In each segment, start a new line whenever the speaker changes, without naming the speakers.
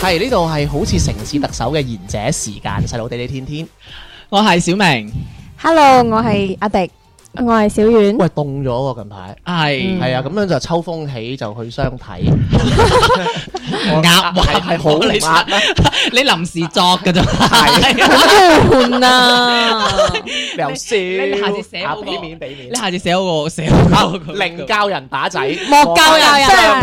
係呢度係好似城市特首嘅賢者時間，細佬地你天天。我係小明，
Hello，我係阿迪。
我係小遠，
喂凍咗喎近排，
係
係啊咁樣就秋風起就去相 睇，
鴨
係係好
你
辣，
你臨時作嘅啫，
換嗯啊！
又笑，
你下次寫好
啊
個
俾面俾面
你，下次寫好個寫好個
寧教人打仔，
莫教人相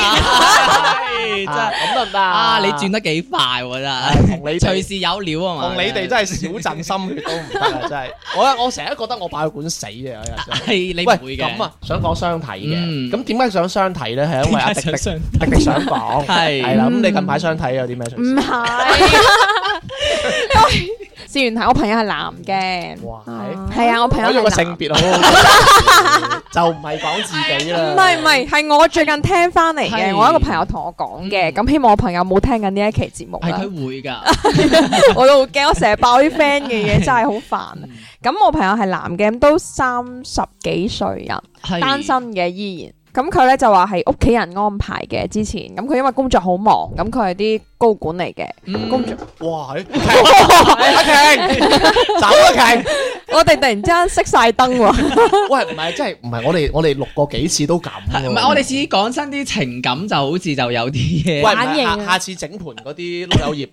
睇。
啊真 係
啊咁得唔得
啊！你轉得幾快喎，真
係
係
同你哋
隨時有料啊嘛！
同你哋真係小鎮心血都唔得啊！真係， 我我成日都覺得我爆血管死嘅，我有時
係你唔會
喂，
嘅
咁啊，想講相睇嘅，
嗯
咁點解想相睇咧？係因為阿迪迪
點解想相
迪迪想講，
係
係啦。咁你近排相睇有啲咩
唔
想？
係，因為試完係我嗯朋友係男嘅，
哇，係
係啊，我朋友
講咗個
係
性
男。
別好 好，就唔係講自己啦。
唔係唔係，係我最近聽翻嚟嘅，
係
我一個朋友同我講嘅，咁希望我朋友冇聽緊呢一期節目
係
啦
佢。會㗎，
我都好驚，我成日爆啲 friend 嘅嘢，真係好煩。
嗯
咁我朋友係男嘅，咁都三十幾歲人，
係
單身嘅依然。咁佢咧就話係屋企人安排嘅，之前咁佢因為工作好忙，咁佢係啲高管嚟嘅，
嗯
工作。
哇，係阿瓊，走啊瓊！
我哋突然之間熄晒燈喎，
喂，唔係，真係唔係，我哋我哋錄過幾次都咁喎。
唔係我哋似講真啲情感就好似就有啲嘢
喂，唔。係
反應
下
啊
下次整盤嗰啲碌柚葉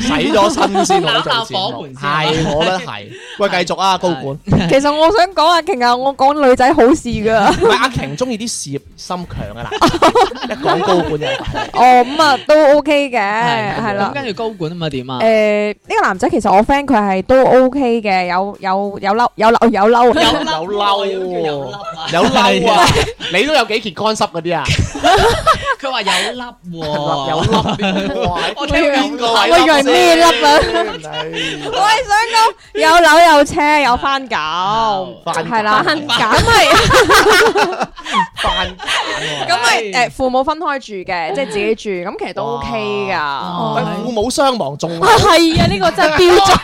洗咗身先好做
攬
節目，
下火盆先
係我覺得係。喂，繼續啊，高管。
其實我想講阿瓊啊，我講女仔好事噶。
唔係阿瓊中意啲事業心強嘅男人，一講高 管就係
哦，咁啊都 OK 嘅，係
咁
啦。
跟住高管啊嘛點啊？
誒，呢個男仔其實我 friend 佢係都 OK 嘅，有有有嬲有嬲有嬲。
有
有
嬲
嬲
喎
喎
有嬲啊
有嬲啊！你都有幾件乾濕嗰 啲啊？
佢話有粒喎，
有粒哇！
我聽邊個
我以為咩粒 啊 我
啊？
係想講有樓有車有番狗，
番狗
係啦，
番
咁
狗
咪
翻
咁咪誒父母分開住嘅，即係自己住，咁其實都 OK 噶。
喂，父母雙亡仲
啊係啊，呢個真係標準，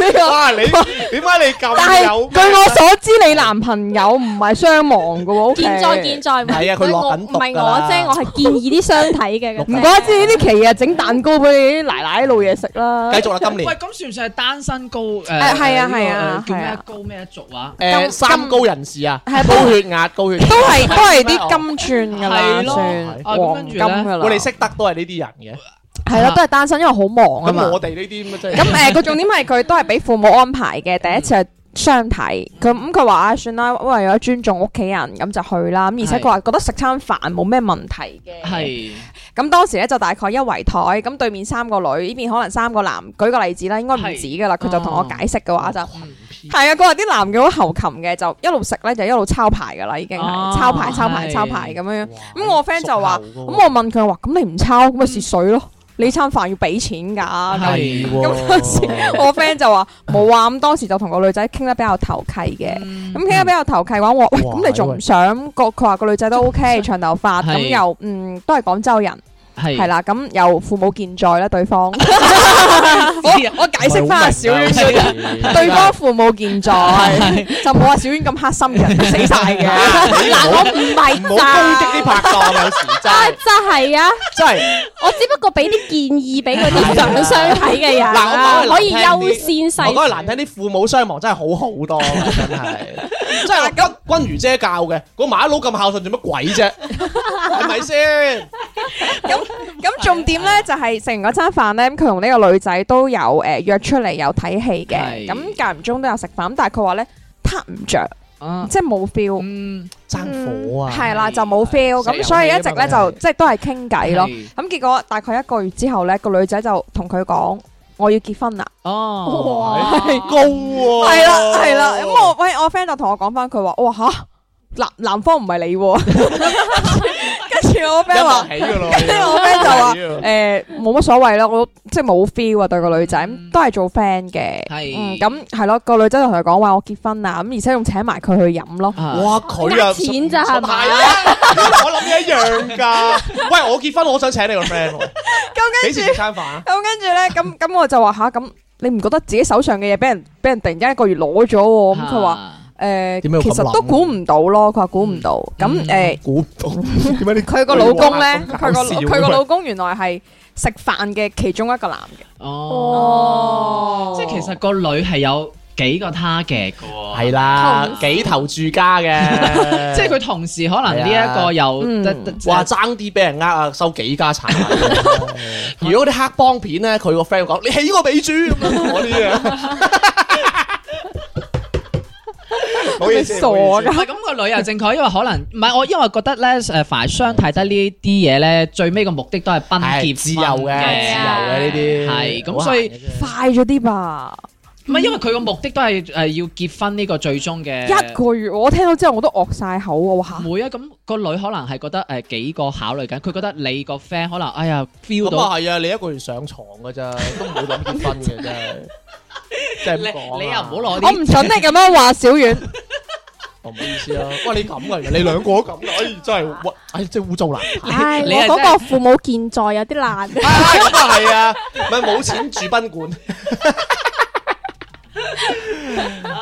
呢個
哇！你點解你
但
咁
係？
有
據我所知，你男朋友唔係雙亡噶喎，
健在健在唔
係啊佢落緊
唔
毒㗎
係我
啦
啫，我係建議啲相睇嘅。
唔怪之 呢期啊，整蛋糕俾你啲奶奶老嘢食啦。
繼續啦，今
喂，
年
咁算唔算係單身高？誒
誒係啊
呢個
係啊
誒叫
係
咩
啊
高咩族啊？
誒
今
三高人士啊，
係
高血壓、高血壓
都係都係啲金鑽噶啦，
係咯
算
啊咁跟
黃
住
金
咧
噶啦。
我哋識得都係呢啲人嘅。
係啦，都係單身，因為好忙啊嘛。
咁我哋呢啲咁真 係
咁誒個重點係佢都係俾父母安排嘅，第一次係相睇。佢咁佢話啊，算啦，為咗尊重屋企人，咁就去啦。咁而且佢話覺得食餐飯冇咩問題嘅。
係
咁當時咧就大概一圍台，咁對面三個女，呢邊可能三個男。舉個例子啦，應該唔
係
止噶啦。佢就同我解釋嘅話就。
嗯
係啊，佢話啲男嘅好猴擒嘅，就一路食咧就一路抄牌噶啦，已經
哦
係抄牌抄牌
係
抄牌咁樣。
哇
咁我 friend 就話，
熟
咁
口
我問佢話，咁你唔抄咁咪蝕水咯？你餐飯要俾錢㗎。
係
喎
咁當時
哦
我 friend 就話冇啊，咁當時就同個女仔傾得比較投契嘅。
嗯
咁傾得比較投契嘅話，我話喂，
哇
咁你仲唔想個？佢話個女仔都 OK，長頭髮，
係
咁又嗯都係廣州人，
係
係啦，咁又父母健在啦，對 方。 我我解釋翻阿小
唔
婉
係好明
先，
啊好
對方父母健在，就冇阿小婉咁黑心嘅人死晒嘅。
嗱，我唔係
唔好
咋
攻擊啲拍檔，有時 真
啊
係
真係啊！
真係
我只不過俾啲建議俾嗰啲想相睇嘅人啊，
嗱我講句難聽啲
可以優先
我
細
講句難聽啲，父母雙亡真係好好 多啊，真係。即係嗱君君如姐教嘅，個馬佬咁孝順做乜鬼啫？係咪先？
咁重點咧就係食完嗰餐飯咧，咁佢同呢個女仔都呃有誒約出嚟有睇戲嘅，
係
咁間唔中都有食飯，咁但係佢話咧。撻唔着，
啊，
即係冇 feel。
嗯，
爭火啊！
係啦，就冇 feel，
石油
咁所以
氣啊
一直
嘛
咧
佢係
就即係都係傾偈咯。
係
咁結果大概一個月之後咧，個女仔就同佢講：我要結婚啦。
哦，
哎高喎，
係啦係啦，咁我喂我 friend 就同我講翻，佢話：哇吓，男男方唔係你喎。跟住我 friend 話。
一齊起噶咯，
跟住我 friend 就話：誒呃冇乜所謂啦，我即係冇 feel 啊對個女仔，咁都係做 friend 嘅。
係
嗯，咁係咯，個女仔就同佢講話我結婚啦，咁而且仲請埋佢去 飲咯。
啊
哇佢啊，
呃錢咋係嘛
係啊 我諗一樣㗎。喂，我結婚我都想請你個 friend 喎，
咁
幾
跟住
時食餐飯啊？
咁跟住咧，咁咁我就話吓，咁你唔覺得自己手上嘅嘢俾人俾人突然間一個月攞咗喎？咁佢話
啊
誒，
點解要咁
其實都
諗
估唔到咯。佢話估唔到。咁
嗯
誒，
估唔到，點解你
佢個老公 咧，佢個
啊笑
佢個老公原來係食飯嘅其中一個男嘅。
哦
即係 其實個女係有幾個 target 嘅喎，
係啦，幾頭住家 嘅，
即係佢同時可能呢一個又
嗯
得得
話爭啲俾人呃啊，收幾家產。 如果啲黑幫片咧，佢個 friend 講你起個美珠咁樣嗰啲啊，
傻㗎
好嘢
唔係咁個女又正確，因為可能唔係我，因為覺得咧誒凡相睇得呢啲嘢咧，最尾個目的都係奔
係
結
自由嘅，
係
自由
啊
嘅呢啲啊
係咁所以
快咗啲吧！
唔係因為佢個目的都係誒要結婚呢個最終嘅
一個月我聽到之後我都惡晒口喎，哇！
會啊，咁個女可能係覺得誒幾個考慮緊，佢覺得你個 friend 可能哎呀 feel
咁
到
啊係啊，你一個月上床㗎咋，都唔會諗結婚嘅 真係，真
你
係咁講啊
你又唔好，攞
我
啲
唔准你咁樣話小 遠，
我唔好意思啦。啊喂，你咁㗎，原來你兩個都咁㗎，哎真係屈，哎真係污糟難睇。
唉，
你
我
係真
嗰
係
個父母健在有啲難。
咁啊係啊，咪冇錢住賓館。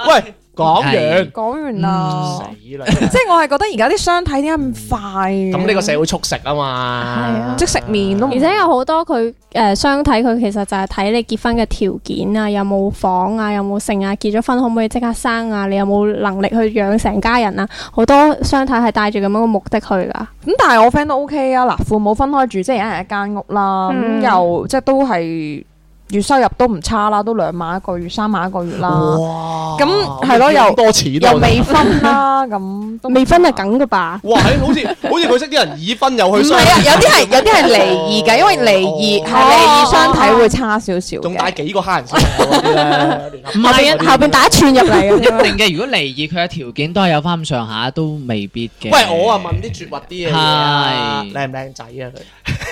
喂，講完
係
講完啦。
死啦！
即係我係覺得而家啲相睇點解咁快？
咁呢個社會速食啊
係
嘛
啊，
即食麵
嗯
都唔
而且有好多佢誒相睇，佢其實就係睇你結婚嘅條件啊，有冇房啊，有冇剩啊，結咗婚可唔可以即刻生啊，你有冇能力去養成家人啊？好多相睇係帶住咁樣嘅目的去噶。
咁但係我 friend 都 OK 啊，嗱，父母分開住，即係一人一間屋啦，咁、
嗯
又即係都係月收入都唔差啦，都兩萬一個月、三萬一個月啦，
哇
啊咁係咯又
咁多錢啊
又未婚 啦，咁都唔
未婚係
差。
梗噶吧？
哇！係好似好似佢識啲人已婚又
唔
去
係
相
啊，有啲係有啲係離異嘅，因為離異係
哦
離異相睇會差少少
仲帶
嘅，
幾個黑人小朋友嗰啲咧連
後
合
啊
邊
嗰啲
後邊打一串入 嚟咁樣。
一定嘅。如果離異，佢嘅條件都係有翻咁上下，都未必嘅。
喂，我啊問啲絕核啲嘅嘢啊，
係
靚唔靚仔啊佢？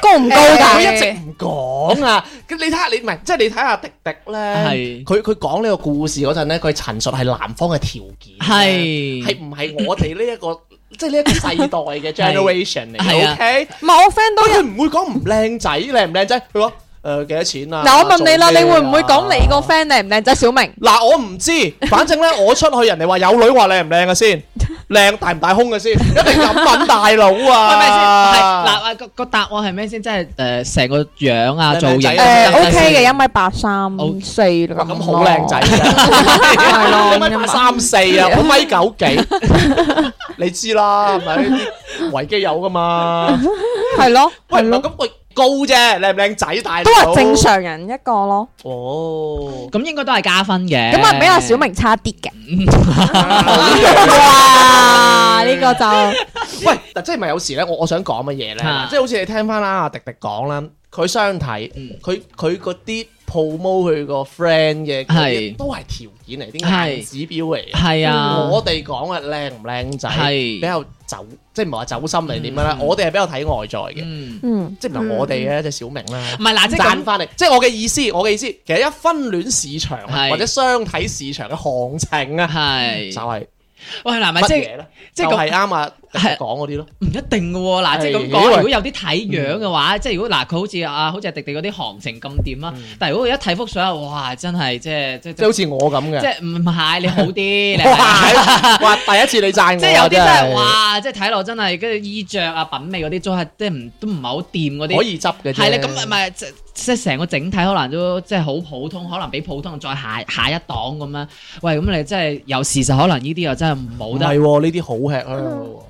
高唔高
佢一
㗎？
直唔講啊！咁你睇下你唔係，即係你睇下迪迪咧，
係
佢佢講呢個故事嗰陣咧，佢陳述係男方嘅條件，
係
係唔係我哋呢一個即係呢一個世代嘅 generation 嚟
係
嘅
啊
？OK，
唔係我 friend 都
佢
有。
唔會講唔靚仔靚唔靚仔，佢話誒幾多錢啊？
嗱，我問你啦，
做咩
你
啊
會唔會講你個 friend 靚唔靚仔？小明
嗱，我唔知，反正咧我出去人哋話有女話靚唔靚嘅先，靚大唔大胸嘅先，一定咁揾大佬
喂，咪先？係嗱，
啊！
啊個個答案係咩先？即係誒成個樣啊、造
靚唔靚
型
仔
誒
啊得
啊
唔得
OK 嘅，
先
一米八三四咁
咁好靚 仔
咯
㗎，
係咯
一米八三四啊，我米九幾，你知啦，係咪？啲維基有噶嘛？
係咯，
喂，
係咯
唔係。咁喂高啫，靚唔靚仔大佬
都係正。常人一個咯，
哦，
咁應該都係加分嘅。
咁啊比阿小明差啲嘅。
Ờ.
哇！呢個就
喂，嗱，即係咪有時咧？我我想講乜嘢咧？
啊
即係好似你聽翻啦，阿迪迪講啦，佢相睇
嗯，
佢佢嗰啲 promo 佢個 friend 嘅嗰
係
啲，都係條件嚟，啲硬
係
指標嚟嘅。
係啊，
我哋講嘅靚唔靚仔，
係
比較走，即係唔係話走心嚟點樣啦？
嗯
我哋係比較睇外在嘅，
嗯，
嗯，
即係唔係我哋嘅，即係小明啦
唔。係嗱，即係
賺
咁
翻嚟，即係我嘅意思，我嘅意思，其實一婚戀市場啊
係
或者相睇市場嘅行情啊，就
係。
係
喂，嗱，咪
乜
即
嘢
係
咧？
即
就
係
係啱啊，
係
講嗰 啲咯。
唔一定嘅喎，嗱，即係咁
係因
講，
為
如果有啲睇樣嘅話，即係如果嗱，佢好似啊，好似係迪迪嗰啲行情咁掂啦，但係如果佢一睇幅相，哇，真係即係即係
即係好似我咁
即
嘅。
係唔係你好 啲，你係
哇！哇！第一次你讚我，
即係有啲真
係
係，哇，即係睇落真係跟住衣着啊、品味嗰啲都係即係唔都唔係好掂嗰
可
啲。
以執嘅啫。
係啦，咁咪即即係成個整體可能都即係好普通，可能比普通再下下一檔咁樣。喂，咁你真係有事實，可能呢啲又真係
唔
冇得
係喎，呢啲好吃香嘅
嗯
喎。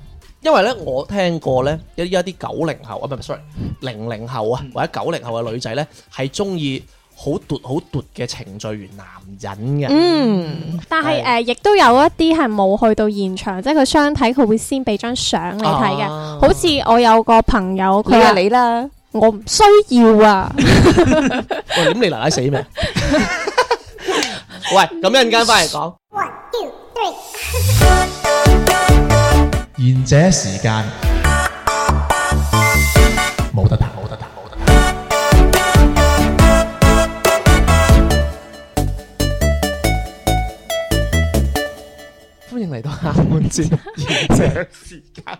因為咧，我聽過咧，一一啲九零後啊，唔係唔係，sorry，零零後啊，或者九零後嘅女仔咧，係中意好奪好奪嘅程序員男人嘅。
嗯，
但係
係
誒，亦都有一啲係冇去到現場，即係佢相睇，佢會先俾張相你睇嘅。
哦
啊
好似我有個朋友，
佢
佢
話
話
你啦，
我唔需要啊，
喂，咁你奶奶死咩？喂，咁一陣間翻嚟講。賢者時間冇得彈，冇得彈，冇得彈。歡迎嚟到下半節賢者時間，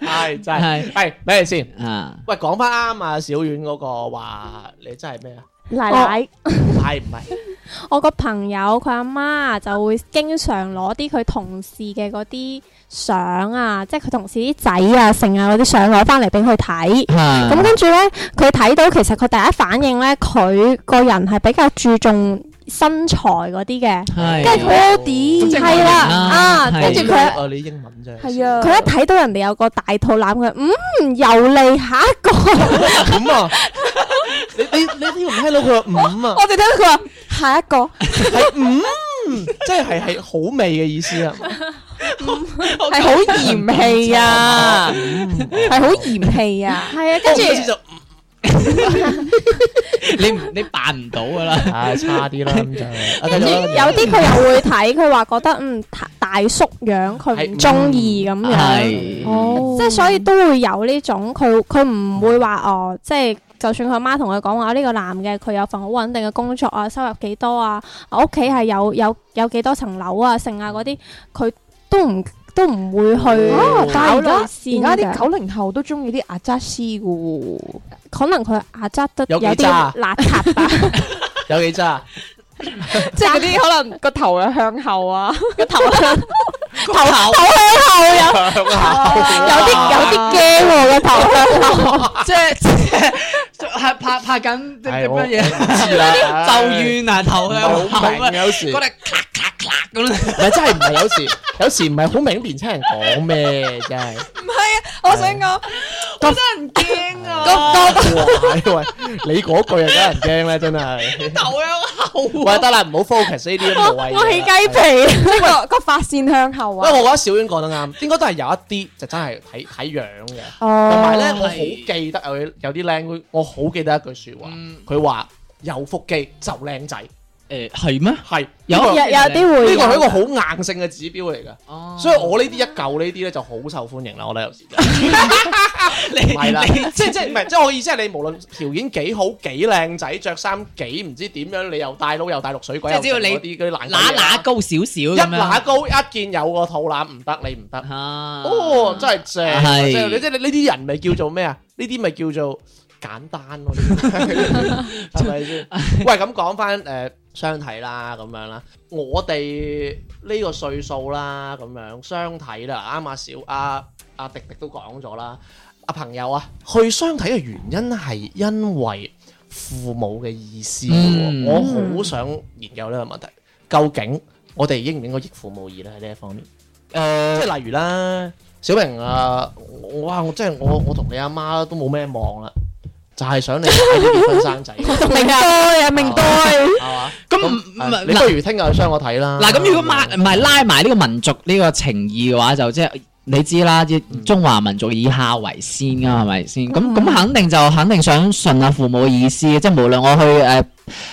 係真
係
係係咩先？
啊，
喂，講翻啱啊，小遠嗰個話你真係咩啊？
奶
奶
係唔係？
我個朋友佢阿媽就會經常攞啲佢同事嘅嗰啲相啊，即係佢同事啲仔啊、成啊嗰啲相攞翻嚟俾佢睇。
啊
咁
咁
跟住咧，佢睇到其實佢第一反應咧，佢個人係比較注重身材嗰啲嘅，
係
跟住佢
哦
啲
咁即係
係啦
外形啦
啊，
係
跟住佢。
啊，你英文啫。
係啊
佢一睇到人哋有個大肚腩，佢嗯又嚟下一個，
咁啊！你你你聽唔聽到佢話五啊
我？哋聽到佢話下一個，
係五，即係係係好味嘅意思啊！
係 好嫌棄啊，係好嫌棄啊，
係啊，跟住
跟住就
你唔你扮唔到噶啦，
唉差啲啦咁就。啊
跟
繼
住
續啦
有啲佢又會睇，佢話覺得嗯大大叔樣佢唔中意咁樣，
係
哦
即係所以都會有呢種佢佢唔會話哦，即係就算佢阿媽同佢講話呢個男嘅佢有份好穩定嘅工作啊，收入幾多啊，屋企係有有有幾多層樓啊，剩啊嗰啲，佢都唔都唔會去
哦但係
考
而家
慮先
而家
嘅
啲九零後都中意啲阿扎斯嘅喎，
可能佢牙質得
有
有啲
幾渣啊
邋遢吧。
有幾渣？
即係嗰啲可能個頭又向後啊，個頭
頭頭向後有
有啲有啲驚喎個頭向後，
即係即係 拍拍緊啲
係
啲
我
乜嘢？
知啦，
就怨啊頭向後
唔係好
啦
明，有時
嗰。啲咔咔咔 咁樣
唔係真係唔係有時，有時唔係好明年青人講咩，真係。
我想講
我真係唔
à?
驚啊！
哇！喂，你嗰句啊，有人驚咧，真係。
頭向後，
喂，得啦，唔好 focus 呢啲咁無謂嘢啦。
我起雞皮。
呢個個髮線向後
不過
啊，
我覺得小婉講得啱，應該都係有一啲就真係睇睇樣嘅。
哦
同埋咧，我好
係
記得有啲有啲靚妹，我好記得一句説話，
嗯
佢話有腹肌就靚仔，
誒係咩？
係
有啊
呢個
有有啲會
呢個係一
有
個好硬性嘅指標嚟
哦
㗎。所以我呢啲一嚿呢啲咧就好受歡迎啦，我覺得有時真係
你
唔係啦，
你
即係即係唔係即係我意思係你無論條件幾好幾靚仔，着衫幾唔知點樣，你又戴佬又戴綠水鬼，
即係只要
又剩
你
嗰啲嗰啲冷
乸乸高少少
一
咁
乸
樣。
高一見有個肚腩唔得，你唔得。
啊
哦，真係正啊，
係
即係你即係你呢啲人咪叫做咩啊？呢啲咪叫做簡單咯，呢啲係咪先？喂，咁講翻誒相睇啦，咁樣啦，我哋呢個歲數啦，咁樣相睇啦，啱阿小阿阿迪迪都講咗啦，阿朋友啊，去相睇嘅原因係因為父母嘅意思喎，
嗯
我好想研究呢個問題，究竟我哋應唔應該逆父母義咧喺呢一方面？
誒
即係例如啦，小明啊，我哇，我真係我我同你阿媽都冇咩望啦，就係、想你快啲結婚 生仔，係
明代啊，明代。
嘛？
咁
咁
唔
誒
係
你
嗱
不如聽日去相我睇啦。
嗱，咁如果抹唔係拉埋呢個民族呢個情義嘅話，就即係你知啦，即中華民族以孝為先㗎，係咪先？咁咁肯定就肯定想順下父母嘅意思，即係無論我去誒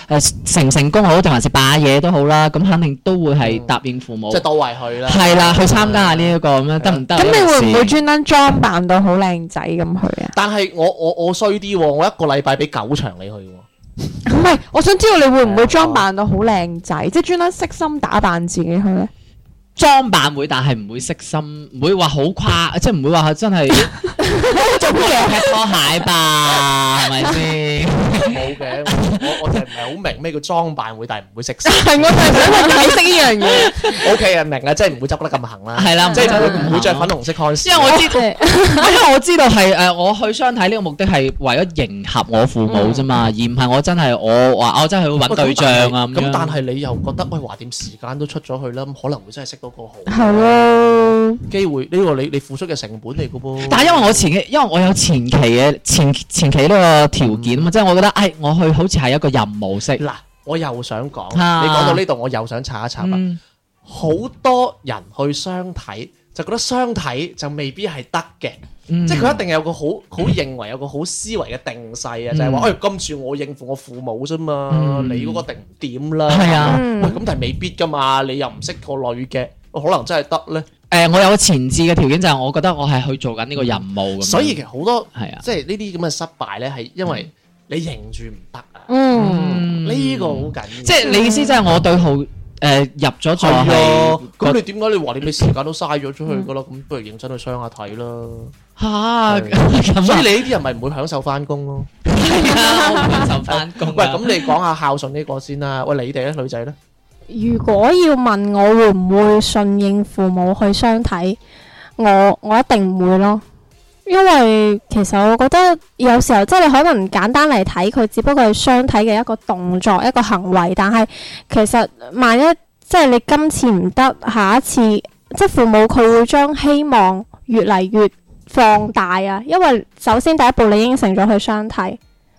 誒成唔成功好，定還是霸嘢都好啦，咁肯定都會係答應父母
即係，到位去啦，
係啦，去參
Ờ.
加下呢一個咁樣得唔得？
咁你會唔會專登裝扮到好靚仔咁去啊？
但係我我我衰啲喎，我一個禮拜俾九場你去喎，
唔係，我想知道你會唔會裝扮到好靚仔，即係專登悉心打扮自己去咧？
裝扮會，但係唔會識心，唔會話好誇，即係唔會話真係做啊嘢踢拖鞋 吧，係咪先？
冇嘅，我我我就係唔係好明咩叫裝扮會，但係唔會食屎。
係，我就係想去解釋呢樣嘢。
O K 啊，明啊，即係唔會執得咁行啦，
係啦，
即係唔
會
會唔會著粉紅色 con
因為我知，
哦
因為我知道係誒，我去相睇呢個目的係為咗迎合我父
嗯
母啫嘛，而唔係我真係我話我真係去揾對象啊
咁但係
咁
你又覺得喂，話掂時間都出咗去啦，咁可能會真係識到個好。
係咯，咯。
機會呢個你你付出嘅成本嚟嘅噃。
但係因為我前期，因為我有前期嘅前前期呢個條件啊
嗯
嘛，即係我覺得，唉，我去好似係一個任務式。
嗱，我又想講，
啊
你講到呢度，我又想查一查啦。
嗯
好多人去相睇就覺得相睇就未必係得嘅，
嗯
即係佢一定有個好好認為有個好思維嘅定勢啊，就係話，誒今次我應付我父母啫嘛，
嗯
你嗰個定唔掂啦。
係啊
喂，
嗯
咁但係未必噶嘛，你又唔識個女嘅，可能真係得咧。
誒，我有個前置嘅條件就係我覺得我係去做緊呢個任務咁樣。
所以其實好多
係啊，
即係呢啲咁嘅失敗咧，係因
嗯
為你認住唔得啊，
嗯，
呢個好緊要。
即係你意思即係我對號誒入咗座
係啊
係，覺
咁你點解你話你你時間都嘥咗出去噶啦？咁不如認真去相下睇啦。
嚇
係
咁
所以
啊，
你呢啲人咪唔會享受翻工咯。
係啊我唔會就翻工啊。
喂，咁你講下孝順呢個先啦。喂，你哋咧，女仔咧，
如果要問我會唔會順應父母去相睇，我我一定唔會咯。因為其實我覺得有時候即係你可能簡單嚟睇佢，只不過係相睇嘅一個動作、一個行為，但係其實萬一即係你今次唔得，下一次即係父母佢會將希望越嚟越放大啊。因為首先第一步你應承咗佢相睇，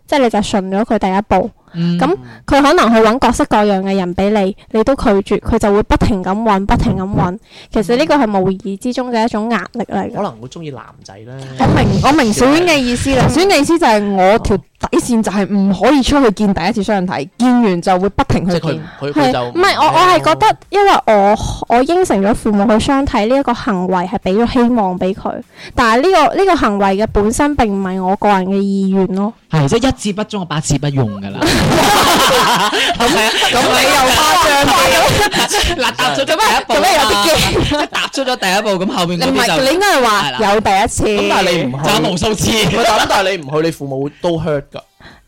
即係你就順咗佢第一步。
嗯
咁佢可能去揾各式各樣嘅人俾你，你都拒絕，佢就會不停咁揾，不停咁揾。其實呢個係無意之中嘅一種壓力嚟
可
嘅。
能會中意男仔咧。
我明我明小婉嘅意思啦。小婉嘅意思就係我條底線就係唔可以出去見第一次相睇，見完就會不停去
即係佢
見。
佢佢
係
就
唔係我我係覺得，因為我我應承咗父母去相睇呢一個行為係俾咗希望俾佢，但係呢、個呢、個行為嘅本身並唔係我個人嘅意願咯。
係即係一字不忠，百字不用㗎啦。係咪啊？
咁你又誇張啲，
嗱，踏出咗第一步，
做咩有啲驚？
踏出咗第一步，咁後面
你
嗰
唔
啲
係
就
你應該係話
係啦
有第一次。
咁
啊
但係你唔
就有無數次。
唔係但但係你唔去，你父母都 hurt 㗎。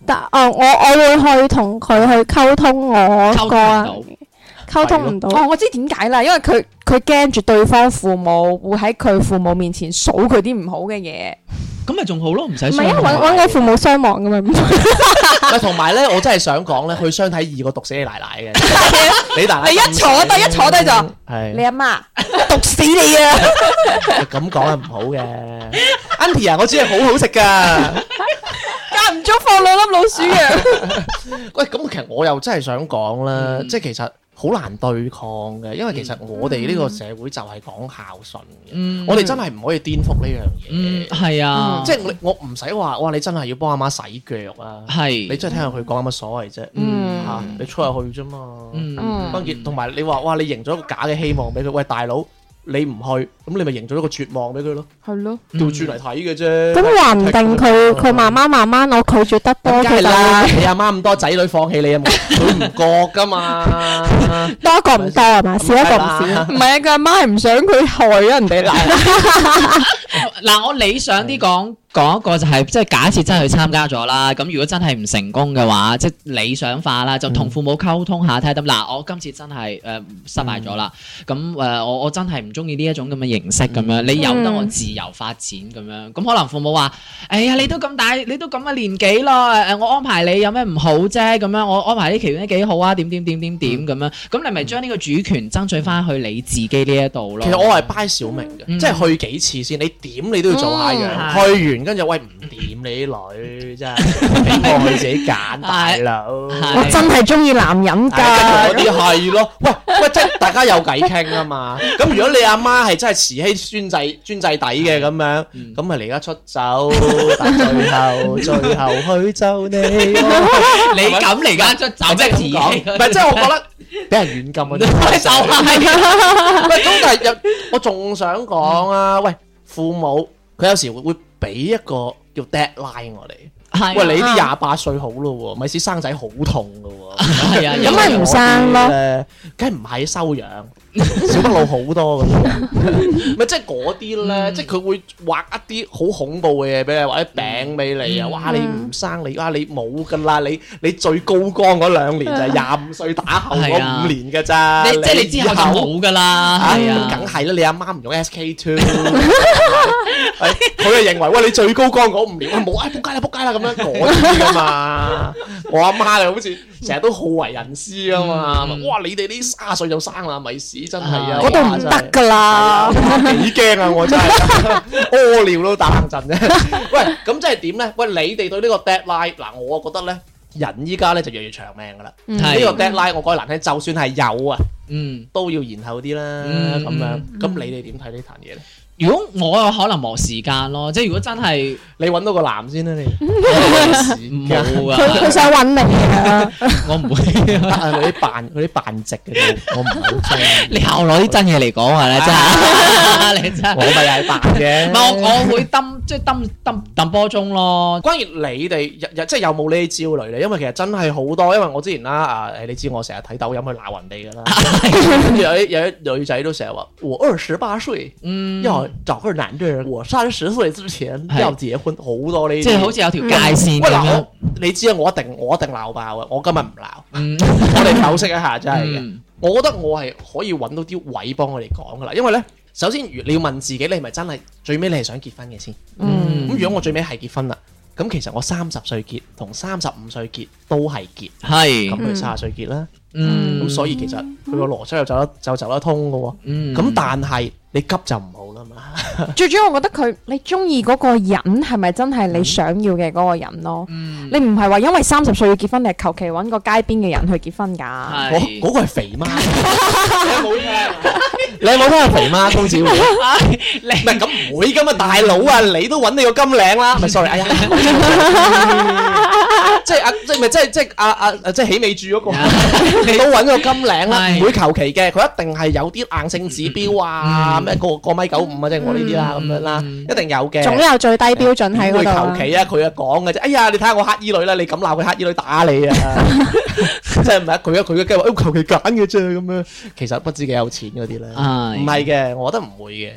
但哦，我我會去同佢去溝通我
溝通唔
個
到
人溝通唔到。
哦，我知點解啦，因為佢佢驚住對方父母會喺佢父母面前數佢啲唔好嘅嘢。
咁咪仲好咯，唔使
唔係
傷
因為揾
害。
揾我父母傷亡㗎嘛，
喂，同埋咧，我真係想講咧，去相睇易過毒死你奶奶嘅。你奶奶
你一坐低一坐低就你
係
阿媽嗯 毒死你啊！
咁講係唔好嘅。Auntie 啊，我煮嘢好好食㗎。
間唔中放兩粒老鼠 藥。
喂，咁其實我又真係想講啦，
嗯
即係其實好難對抗嘅，因為其實我哋呢個社會就係講孝順嘅，
嗯
我哋真係唔可以顛覆呢樣嘢。
嗯，係啊，
即係我我唔使話，哇！你真係要幫阿媽洗腳啊！
係
你真係聽下佢講有乜所謂啫？嚇、
嗯
你出入去啫嘛。
嗯
關鍵同埋你話，哇！你營咗一個假嘅希望俾佢，喂大佬，你唔去，咁你咪營咗一個絕望俾佢咯，
係咯，
嗯
調轉嚟睇嘅啫。
咁話唔定佢佢慢
媽
慢慢慢我拒絕得多，
啊梗
佢
係
就
啦，你阿媽咁多仔女放棄你， 佢唔覺噶嘛。
多一個唔多係嘛，少一個唔
係
少。
啦
唔係啊，佢阿媽係唔想佢害咗人哋 奶奶。
嗱，我理想啲講講一個就係、即係假設真係去參加咗啦，咁如果真係唔成功嘅話，即係理想化啦，就同父母溝通下睇下得唔得嗱，我今次真係誒、呃失敗咗啦，咁誒、呃我我真係唔中意呢一種咁嘅形式咁樣，你由得我自由發展咁樣，咁可能父母話：哎呀，你都咁大，你都咁嘅年紀啦，誒、我安排你有咩唔好啫？咁樣我安排呢期都幾好啊，點點點點點咁樣，咁你咪將呢個主權爭取翻去你自己呢一度咯。
其實我係 buy 小明嘅，
嗯
即係去幾次先，你點你都要做下樣。
嗯
去完跟住喂唔掂你啲女，真係俾我佢自己揀大 佬。
係
我真係中意男人
係
㗎。
跟住嗰啲 係咯，喂喂，即係大家有偈傾啊嘛。咁如果你阿媽係真係慈禧專制專制底嘅咁樣，咁咪離家出走，但最後最後去就你。
你咁嚟家出走
即係
咩
咁講，唔係即係我覺得俾人軟禁啊嗰 啲。
就係啊
喂，咁但係有，我仲想講啊，喂，父母佢有時會俾一個叫 deadline 我哋，
係啊
喂，你啲廿八歲好咯喎，咪先生仔好痛噶喎，
係啊，
咁
咁
咪唔生咯
有啲咧，梗係唔係收養， 小北路好多咁嗯樣，咪即係嗰啲咧，即係佢會畫一啲好恐怖嘅嘢俾你，或者餅俾你啊，
嗯
哇！你唔生你，哇！你冇噶啦，你你最高光嗰兩年就係廿五歲打後
係啊
嗰五年噶咋，
你即係你之後就冇噶啦，係
啊，
啊
梗。係啦，你阿媽唔用 SK two，佢就認為喂你最高光嗰五年，喂冇啊，仆街啦仆街啦咁樣嗰啲噶嘛。我阿媽就好似成日都好為人師噶嘛，
嗯
哇你哋呢卅歲就生啦，咪屎真係啊，
嗰度唔得噶啦。
幾驚啊！我真係 屙尿都打冷震啫。喂，咁即係點咧？喂，你哋對呢個 deadline 嗱，我覺得咧，人依家咧就越嚟越長命噶啦。呢
係
個 deadline 我講句難聽，就算係有啊，
嗯，
都要延後啲啦。
嗯
咁樣，咁你哋點睇呢壇嘢咧？
如果我有可能磨時間咯，即係如果真係
你揾到個男先啦，你
佢佢
冇㗎，
想揾你 啊！
我唔會。
得啊！嗰啲扮嗰啲扮直嘅，我唔係好憎。
你又攞啲真嘢嚟講啊！你真係，你真
我
係。
咪又係扮 嘅。
唔係我我會抌即係抌抌抌波鐘咯，
關於你哋日日即係有冇呢啲焦慮咧？因為其實真係好多，因為我之前啦啊誒，你知我成日睇抖音去鬧人哋㗎啦， 跟住有啲有啲女仔都成日話：我二十八歲
嗯，
要找個男人，我三十歲之前
係
要結婚，好多呢啲。
即係好似有條界線
喂
咁
嗱，
樣
我，你知啊，我一定我一定鬧爆嘅，我今日唔鬧，
嗯，
我哋剖析一下真係嘅。
嗯
我覺得我係可以揾到啲位幫我哋講㗎啦，因為咧，首先如你要問自己，你係咪真係最尾你係想結婚嘅先？
嗯，
咁如果我最尾係結婚啦，咁其實我三十歲結同三十五歲結都係結，咁
係，
佢三十歲結啦。
嗯，
咁所以其實佢個邏輯又走得就走得通嘅喎。
嗯，
咁但係你急就唔好啦嘛。
最主要我覺得佢你中意嗰個人係咪真係你想要嘅嗰個人咯？
嗯
你唔係話因為三十歲要結婚，你係求其揾個街邊嘅人去結婚㗎。
係
嗰嗰個係肥媽，你冇聽，你冇聽係肥媽公子會。
你
唔係咁唔會噶嘛，大佬啊，你都揾你個金領啦，咪 sorry，哎呀，即係啊，即係咪即係即係啊啊啊即係起尾住嗰個，
Dạ.
都揾個金領啦，
係
唔會求其嘅，佢一定係有啲硬性指標啊，
嗯
咩個個米九五啊，即係我呢啲啦咁樣啦，
嗯
一定有嘅。
總有最低標準喺
唔
嗰
會
度啊
求其啊！佢啊講嘅啫，哎呀，你睇下我乞衣女啦，你咁鬧佢乞衣女打 你啊！即係唔係啊佢啊佢嘅計劃，哎求其揀嘅啫咁樣。其實不知幾有錢嗰啲咧，
啊係
唔係嘅，我覺得唔會嘅。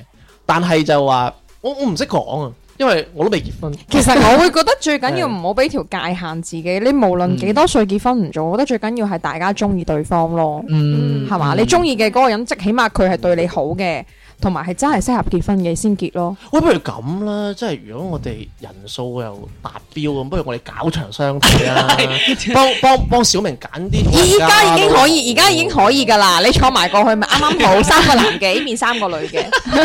但係就話我我唔識講啊，因為我都未結婚。
其實我會覺得最緊要唔好俾條界限自己，你無論幾多歲結婚唔做，我覺得最緊要係大家中意對方咯，
嗯
係嘛？你中意嘅嗰個人，即起碼佢係對你好嘅，同埋係真係適合結婚嘅先結咯。
喂，不如咁啦，即係如果我哋人數又達標咁，不如我哋搞場相睇 啊，幫幫幫小明揀啲老人
而
家。
家已經
啊
可以，而家已經可以㗎啦！你坐埋過去咪啱啱好，三個男嘅，呢邊三個女嘅。
啊
阿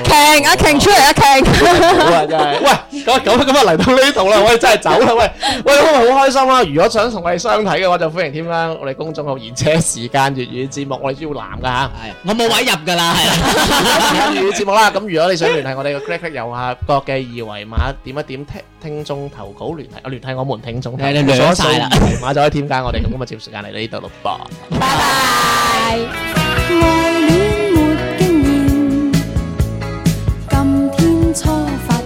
瓊，阿瓊出嚟，阿瓊。
好啊，真係。喂，咁咁咁啊，嚟到呢度啦，我哋真係走啦。喂，喂，咁咪好開心啦。如果想同我哋相睇嘅話，就歡迎添啦。我哋公眾號賢者時間粵語節目，我哋主要男噶嚇。
係我冇位入㗎啦，係啦。
粵語節目啦，咁如果你想聯繫我哋嘅 click click 右下角嘅二維碼，點一點聽聽眾投稿聯繫，我聯繫我們聽眾投稿。
你你兩晒啦
二維碼就可以添加我哋。咁今日節目時間嚟到呢度咯噃。
拜拜。
愛戀沒經驗，今天初發現，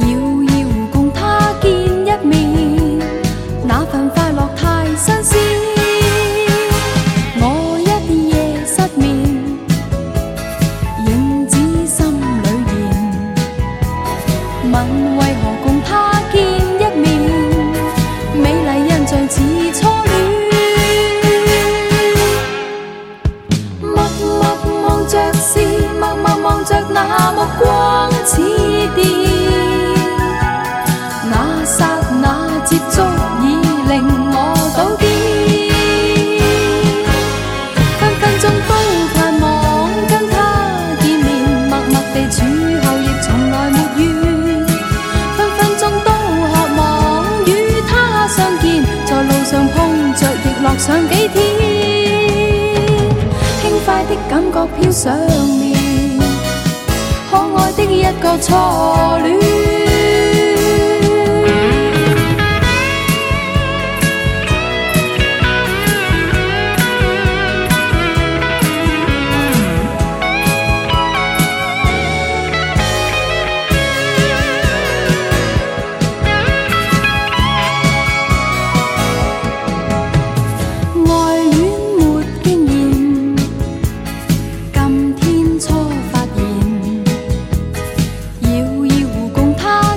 遙遙共他見一面，那份快樂太新鮮。我一夜失眠，影子心裏現，問為何共他見一面？美麗印象似初戀，默默望着是，默默望着那目光似電，那剎那接觸已令我倒跌，分分鐘都盼望跟他見面，默默地處後亦從來沒怨。分分鐘都渴望與他相見，在路上碰着亦樂上幾天，輕快的感覺飄上面，可愛的一個初戀。愛戀沒經驗，今天初發現，遙遙共他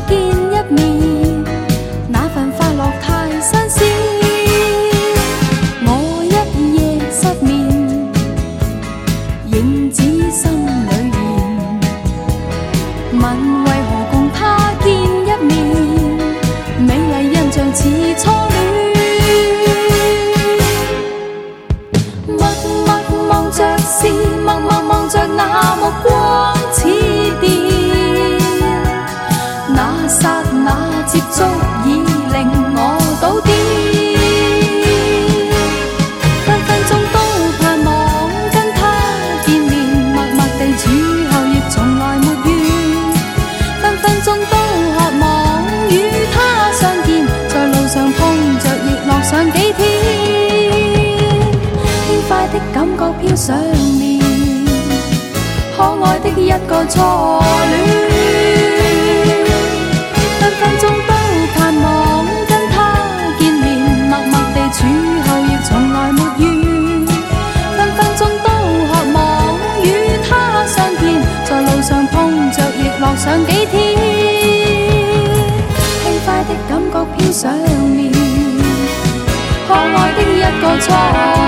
接觸已令我倒跌，分分鐘都盼望跟他見面，默默地處後亦從來沒怨，分分鐘都渴望與他相見，在路上碰着亦樂上幾天，輕快的感覺飄上面。可愛的一個初戀，分分鐘都盼望跟他見面，默默地處後亦從來沒怨，分分鐘都渴望與他相見，在路上碰着亦樂上幾天，輕快的感覺飄上面，可愛的一個初戀。